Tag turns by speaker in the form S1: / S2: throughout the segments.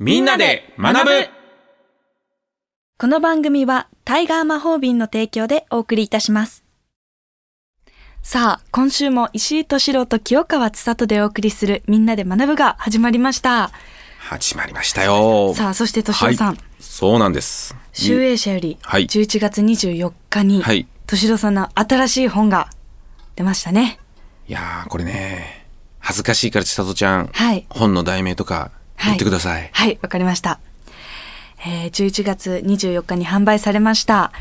S1: みんなで学ぶ
S2: この番組はタイガー魔法瓶の提供でお送りいたします。さあ、今週も石井敏郎と清川千里でお送りするみんなで学ぶが始まりました。
S1: 始まりましたよ。
S2: さあ、そして敏郎さん、
S1: はい、そうなんです。
S2: 集英社より
S1: はい
S2: 11月24日に、
S1: はい
S2: 敏郎さんの新しい本が出ましたね。
S1: いやー、これね、恥ずかしいから千里ちゃん、
S2: はい
S1: 本の題名とか言ってください。
S2: はい、わかりました。えー、11月24日に販売されました。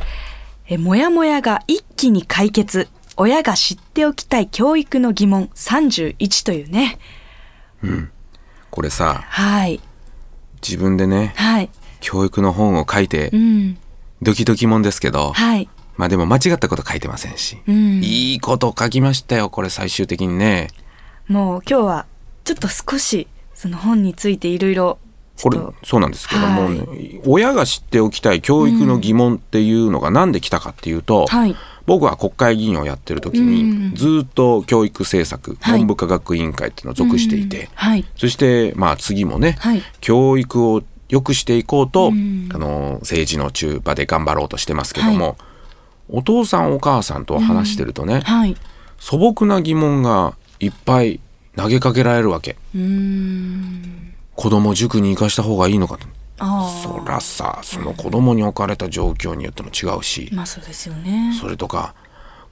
S2: えー、もやもやが一気に解決。親が知っておきたい教育の疑問31というね。
S1: これさ、
S2: はい。
S1: 自分でね、
S2: はい。
S1: 教育の本を書いて
S2: う、ん。
S1: ドキドキもんですけど、
S2: はい。
S1: まあでも間違ったこと書いてませんし、
S2: うん。
S1: いいこと書きましたよ、これ最終的にね。
S2: もう今日は、ちょっと少し、その本についていろいろ、ちょ
S1: これ
S2: っと、
S1: そうなんですけど
S2: は
S1: も、親が知っておきたい教育の疑問っていうのが何で来たかっていうと、
S2: はい。
S1: 僕は国会議員をやってる時
S2: うん
S1: にずっと教育政策
S2: はい
S1: 文部科学委員会っていうのを属していて、
S2: うんはい。
S1: そしてまあ次もね、
S2: はい
S1: 教育を良くしていこうと、
S2: うん
S1: あの政治の中場で頑張ろうとしてますけども、お父さんお母さんと話してるとね、
S2: はい。
S1: 素朴な疑問がいっぱい投げかけられるわけ
S2: うーん。
S1: 子供塾に行かした方がいいのかと
S2: あ
S1: そらさその子供に置かれた状況によっても違うし
S2: あ。、まあそうですよね。
S1: それとか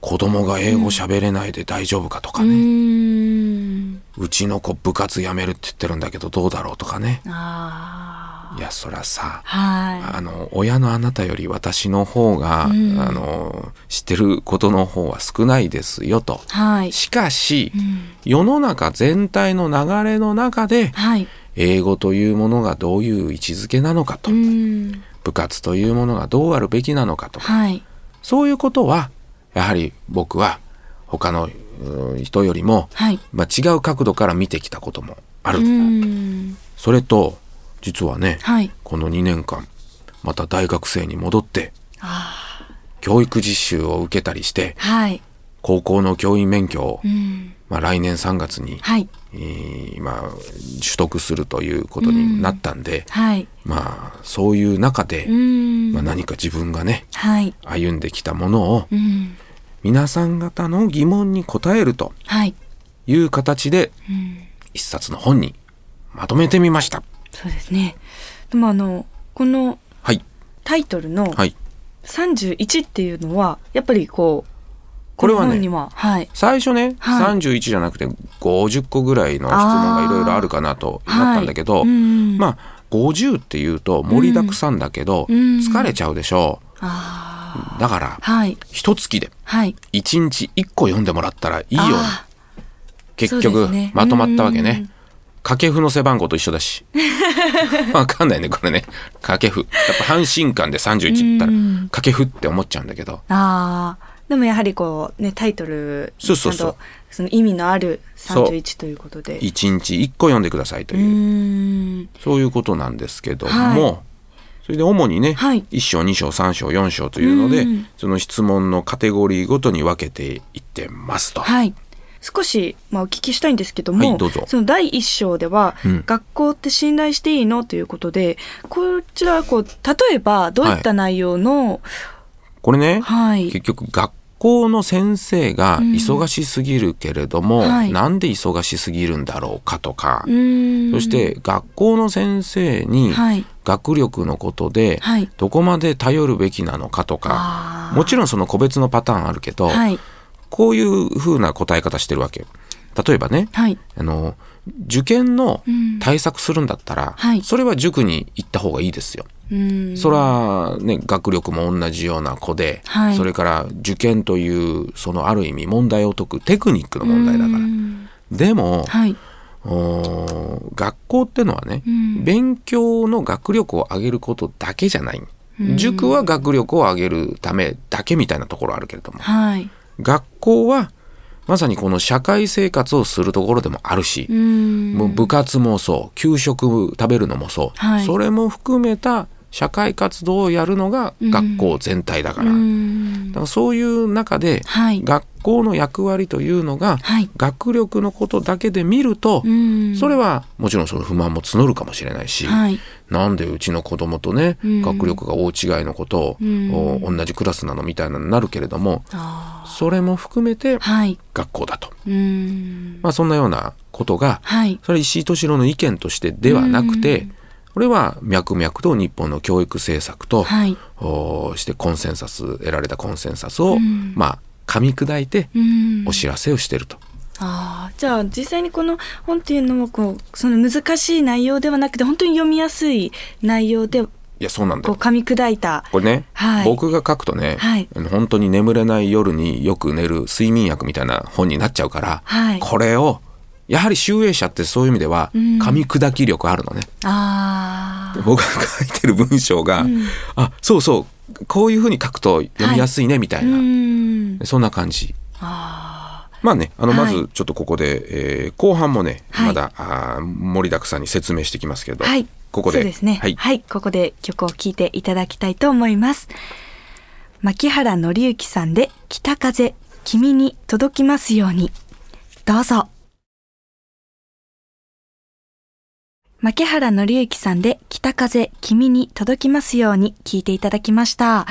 S1: 子供が英語喋れないで大丈夫かとか
S2: う
S1: ね、
S2: ーん。
S1: うちの子部活やめるって言ってるんだけどどうだろうとかね
S2: あ
S1: いやそらさ
S2: あ。は
S1: あの親のあなたより私の方が、
S2: うん
S1: あの知ってることの方は少ないですよと
S2: い。はい。
S1: しかし、
S2: うん。
S1: 世の中全体の流れの中で
S2: はい。
S1: 英語というものがどういう位置づけなのかと、
S2: うん。
S1: 部活というものがどうあるべきなのかと
S2: はい。
S1: そういうことはやはり僕は他のうん人よりも、
S2: はい。
S1: まあ、違う角度から見てきたこともある、
S2: うん。
S1: それと実はね、
S2: はい。
S1: この2年間また大学生に戻って
S2: あ
S1: 教育実習を受けたりして
S2: あ。はい。
S1: 高校の教員免許を、
S2: うん。
S1: まあ、来年3月に、
S2: はい。
S1: えーまあ、取得するということになったんで、
S2: はい。
S1: まあそういう中で、
S2: うん
S1: まあ、。何か自分がね
S2: はい。
S1: 歩んできたものを
S2: うん。
S1: 皆さん方の疑問に答えると
S2: はい。
S1: いう形で
S2: うん。
S1: 一冊の本にまとめてみました。
S2: そうですね。でもあの、この
S1: はい、
S2: タイトルの
S1: はい、
S2: 31っていうのは、やっぱりこう、
S1: これはね
S2: の本には、はい。
S1: 最初ね、
S2: はい
S1: 31じゃなくて50個ぐらいの質問がいろいろあるかなとなったんだけど、
S2: はいうん
S1: まあ50っていうと盛りだくさんだけど、
S2: うん
S1: 疲れちゃうでしょ
S2: あ
S1: うだから
S2: あ。はい。
S1: 一月で
S2: はい。
S1: 1日1個読んでもらったらいいように
S2: あ
S1: 結
S2: そうで
S1: 局
S2: すね
S1: まとまったわけ
S2: うん
S1: ね掛布の背番号と一緒だ しわかんないねこれね掛布やっぱ阪神間で31って言ったら
S2: うん
S1: 掛布って思っちゃうんだけど
S2: ーあー。でもやはりこう、ね、タイトル、
S1: そうそうそう
S2: ちゃんとその意味のある
S1: そう
S2: 31ということで。
S1: 1日1個読んでくださいと
S2: う
S1: いう
S2: ーん。
S1: そういうことなんですけども、
S2: はい
S1: それで主にね、
S2: はい
S1: 1章2章3章4章というので、
S2: うん
S1: その質問のカテゴリーごとに分けていってますと。
S2: はい。少し、まあ、お聞きしたいんですけども、
S1: はいどうぞ
S2: その第一章では、
S1: うん
S2: 学校って信頼していいのということで、こちらはこう、例えば、どういった内容の、
S1: これね、
S2: はい。
S1: 結局学校の先生が
S2: うん
S1: 忙しすぎるけれども、
S2: はい
S1: なんで忙しすぎるんだろうかとか、
S2: うーん
S1: そし、て学校の先生に
S2: はい。
S1: 学力のことで
S2: はい
S1: どこまで頼るべきなのかとか、
S2: あー
S1: もちろんその個別のパターンあるけど、
S2: はい。
S1: こういうふうな答え方してるわけ。例えばね、
S2: はい。
S1: あの受験の
S2: うん
S1: 対策するんだったら、
S2: はい
S1: それは塾に行った方がいいですよ。
S2: うん。
S1: それはね学力も同じような子で、
S2: はい
S1: それから受験というそのある意味問題を解くテクニックの問題だから。
S2: ら。
S1: でも、
S2: はい。
S1: おー学校ってのはね、
S2: うん
S1: 勉強の学力を上げることだけじゃない。
S2: うん
S1: 塾は学力を上げるためだけみたいなところあるけれども、
S2: はい。
S1: 学校はまさにこの社会生活をするところでもあるし、
S2: うん。
S1: もう部活もそう給食食べるのもそう、
S2: はい
S1: それも含めた社会活動をやるのが学校全体だから,、だからそういう中で、
S2: はい。
S1: 学校の役割というのが
S2: はい。
S1: 学力のことだけで見ると、
S2: うん
S1: それはもちろんその不満も募るかもしれないし、
S2: はい。
S1: なんでうちの子供とね、
S2: うん
S1: 学力が大違いのことを、
S2: うん
S1: お同じクラスなのみたいなのになるけれども
S2: あ
S1: それも含めて
S2: ーはい。
S1: 学校だと、
S2: うん。
S1: まあ、そんなようなことが
S2: はい。
S1: それは石井敏郎の意見としてではなく
S2: う
S1: て
S2: ん
S1: これは脈々と日本の教育政策と、
S2: はい。
S1: おしてコンセンサス得られたコンセンサスを、
S2: うん
S1: まあ噛み砕いて
S2: うん
S1: お知らせをしてると。
S2: ああ、じゃあ実際にこの本っていうのもこう、その難しい内容ではなくて、本当に読みやすい内容で、こ
S1: いやそうなんだ
S2: う
S1: よ
S2: 噛み砕いた。
S1: これね、
S2: はい
S1: 僕が書くとね、
S2: はい
S1: 本当に眠れない夜によく寝る睡眠薬みたいな本になっちゃうから、
S2: はい
S1: これをやはり集英社ってそういう意味では
S2: うん
S1: 噛み砕き力あるのね、
S2: ああ。
S1: 僕が書いてる文章が、
S2: うん
S1: あそうそうこういうふうに書くと読みやすいねみたいうな、
S2: ん。
S1: そんな感じ
S2: ああ。
S1: まあねあの
S2: は
S1: ま
S2: い
S1: ずちょっとここで、えー後半もね
S2: はい
S1: まだ、あー盛りだくさんに説明してきますけど、
S2: はい。
S1: ここで
S2: そうですね。は、
S1: はいい
S2: ここで曲を聴いていただきたいと思います。牧原紀之さんで、北風、君に届きますように。どうぞ。牧原紀之さんで、北風、君に届きますように聴いていただきました。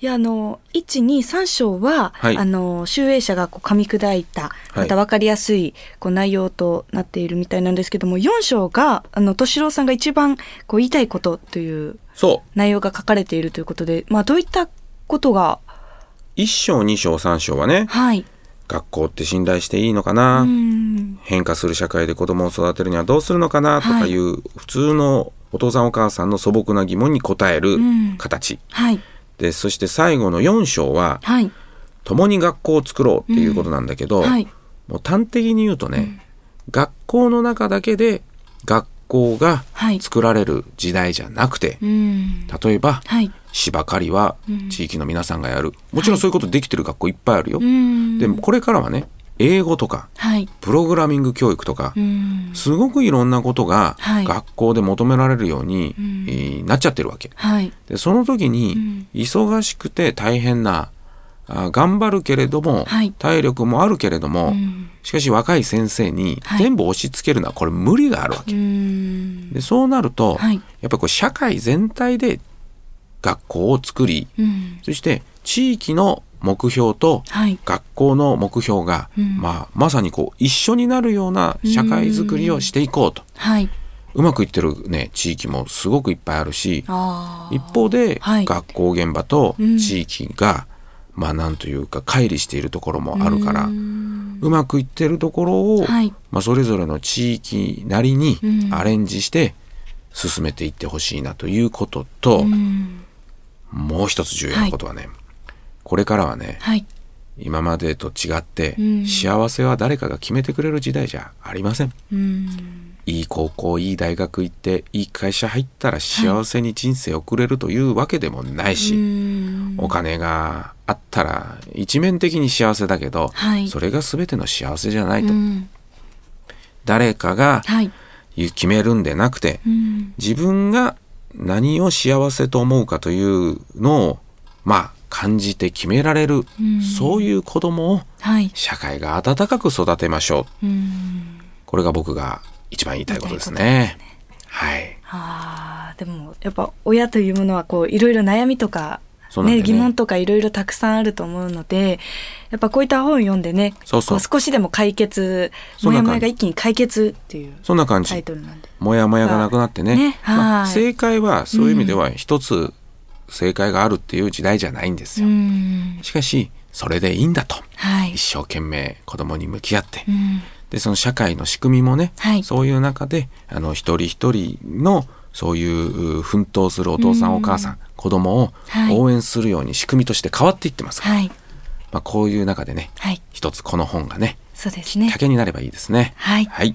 S2: いや、あの、1、2、3章は、
S1: はい
S2: あの、集英者がこう噛み砕いた、
S1: い
S2: また分かりやすいこう内容となっているみたいなんですけども、4章が、あの、敏郎さんが一番こう言いたいことという
S1: そう
S2: 内容が書かれているということで、まあ、どういったことが、
S1: 1章2章3章はね
S2: はい。
S1: 学校って信頼していいのかな、
S2: うん
S1: 変化する社会で子供を育てるにはどうするのかなとかいう普通のお父さんお母さんの素朴な疑問に答える
S2: うん
S1: 形、
S2: はい。
S1: でそして最後の4章は
S2: はい。
S1: 「共に学校を作ろう」っていうことなんだけど、
S2: はい。
S1: もう端的に言うとね、学校の中だけで学校が
S2: はい。
S1: 作られる時代じゃなくて、
S2: うん。
S1: 例えば
S2: はい。
S1: 芝刈りは
S2: うん
S1: 地域の皆さんがやるもちろんそういうことできてる学校いっぱいあるよ、
S2: うん。
S1: でも、これからはね英語とか
S2: はい。
S1: プログラミング教育とか、
S2: うん。
S1: すごくいろんなことが
S2: はい
S1: 学校で求められるように、
S2: うん
S1: えーなっちゃってるわけ。
S2: はい。
S1: でその時
S2: う
S1: に
S2: ん
S1: 忙しくて大変なあ頑張るけれども、
S2: はい
S1: 体力もあるけれども、
S2: うん
S1: しかし若い先生に
S2: はい
S1: 全部押し付けるのはこれ無理があるわけ。
S2: うん。
S1: でそうなると、
S2: はい。
S1: やっぱりこう社会全体で学校を作り
S2: うん。
S1: そして地域の目標と
S2: はい。
S1: 学校の目標が、
S2: うん
S1: まあ、まさにこう一緒になるような社会づくりをしていこうと。
S2: はい。
S1: うまくいってるね地域もすごくいっぱいあるし
S2: ああ。
S1: 一方で、
S2: はい
S1: 学校現場と
S2: うん
S1: 地域が、まあなんというか乖離しているところもあるから、う
S2: うん
S1: まくいってるところを、
S2: はい。
S1: まあ、それぞれの地域なりに
S2: うん
S1: アレンジして進めていってほしいなということと、
S2: うん
S1: もう一つ重要なことはね、これからはね
S2: はい。
S1: 今までと違って、
S2: うん
S1: 幸せは誰かが決めてくれる時代じゃありません。
S2: うん。
S1: いい高校いい大学行っていい会社入ったら幸せに人生送れるというわけでもないし、
S2: うん
S1: お金があったら一面的に幸せだけど、
S2: はい
S1: それが全ての幸せじゃないと、
S2: うん
S1: 誰かが
S2: はい。
S1: 決めるんでなくて
S2: うん
S1: 自分が何を幸せと思うかというのをまあ感じて決められる、
S2: うん
S1: そういう子供を
S2: はい。
S1: 社会が温かく育てましょう
S2: うん。
S1: これが僕が一番言いたいことですね。はい
S2: ああ、でも、やっぱ親というものは、こう、いろいろ悩みとか、
S1: そうなんだよね
S2: 疑問とかいろいろたくさんあると思うので、やっぱこういった本を読んでね、
S1: そうそう
S2: こ少しでも解決、
S1: そ
S2: も
S1: ん
S2: や
S1: な感じ
S2: もやが一気に解決っていう
S1: そんな感じ
S2: タイトルなんで。
S1: モヤモヤがなくなってね
S2: ね
S1: ま
S2: は
S1: あ、
S2: い
S1: 正解はそういう意味では一つ正解があるっていう時代じゃないんです
S2: う
S1: よ、
S2: ん。
S1: しかしそれでいいんだと
S2: はい
S1: 一。生懸命子供に向き合って、
S2: うん。
S1: でその社会の仕組みもね、
S2: はい
S1: そういう中であの一人一人のそういうう奮闘するお父さん
S2: うん
S1: お母さん子供を
S2: はい
S1: 応援するように仕組みとして変わっていってますから、
S2: はい。
S1: まあ、こういう中でね
S2: はい。
S1: 一つこの本がね
S2: そうですね。
S1: 竹になればいいですね
S2: はい。
S1: はい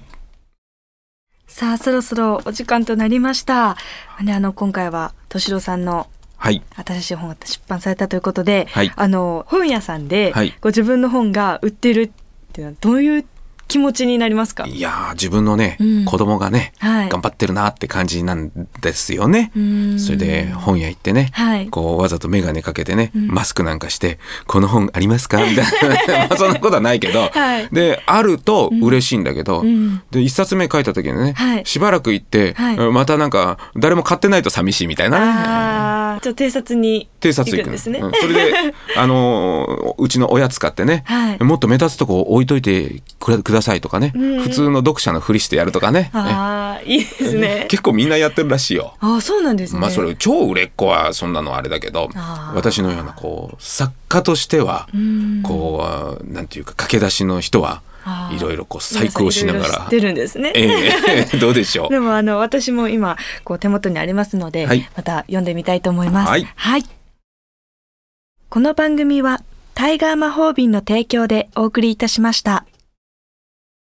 S2: さあ、そろそろお時間となりました。ね、あの、今回は、敏郎さんの
S1: はい
S2: 新しい本が出版されたということで、
S1: はい
S2: あの、本屋さんで、
S1: はい
S2: ご自分の本が売ってるっていうのは、どういう気持ちになりますか
S1: いやー自分のね、
S2: うん
S1: 子供がね、
S2: はい
S1: 頑張ってるなって感じなんですよね。
S2: うん
S1: それで本屋行ってね、
S2: はい
S1: こうわざと眼鏡かけてね、
S2: うん
S1: マスクなんかして「この本ありますか?」みたい なまあそんなことはないけど、
S2: はい
S1: であると嬉しいんだけど、
S2: うん
S1: で1冊目書いた時にね、
S2: はい
S1: しばらく行って、
S2: はい
S1: またなんか誰も買ってないと寂しいみたいなね。
S2: ああちょっと偵察に
S1: 偵察行く
S2: ん
S1: の
S2: ですね、
S1: うんそれで、あのーうちの親使ってね、
S2: はい
S1: もっと目立つとこ置いといてくれくださいとかね、
S2: うんうん
S1: 普通の読者のふりしてやるとかね。
S2: ああいいです
S1: ね
S2: ね
S1: 結構みんなやってるらしいよ。
S2: ああそうなんですね
S1: まあそれ超売れっ子はそんなのあれだけど
S2: あー
S1: 私のようなこう作家としては
S2: うん
S1: こうあーなんていうか駆け出しの人は
S2: あー
S1: いろいろこう細工をしなが
S2: 皆さんいろ
S1: ら
S2: いろ知ってるんですね、
S1: ええ どうでしょ
S2: でもあの私も今こう手元にありますので、
S1: はい
S2: また読んでみたいと思います。
S1: はい
S2: この番組はタイガー魔法瓶の提供でお送りいたしました。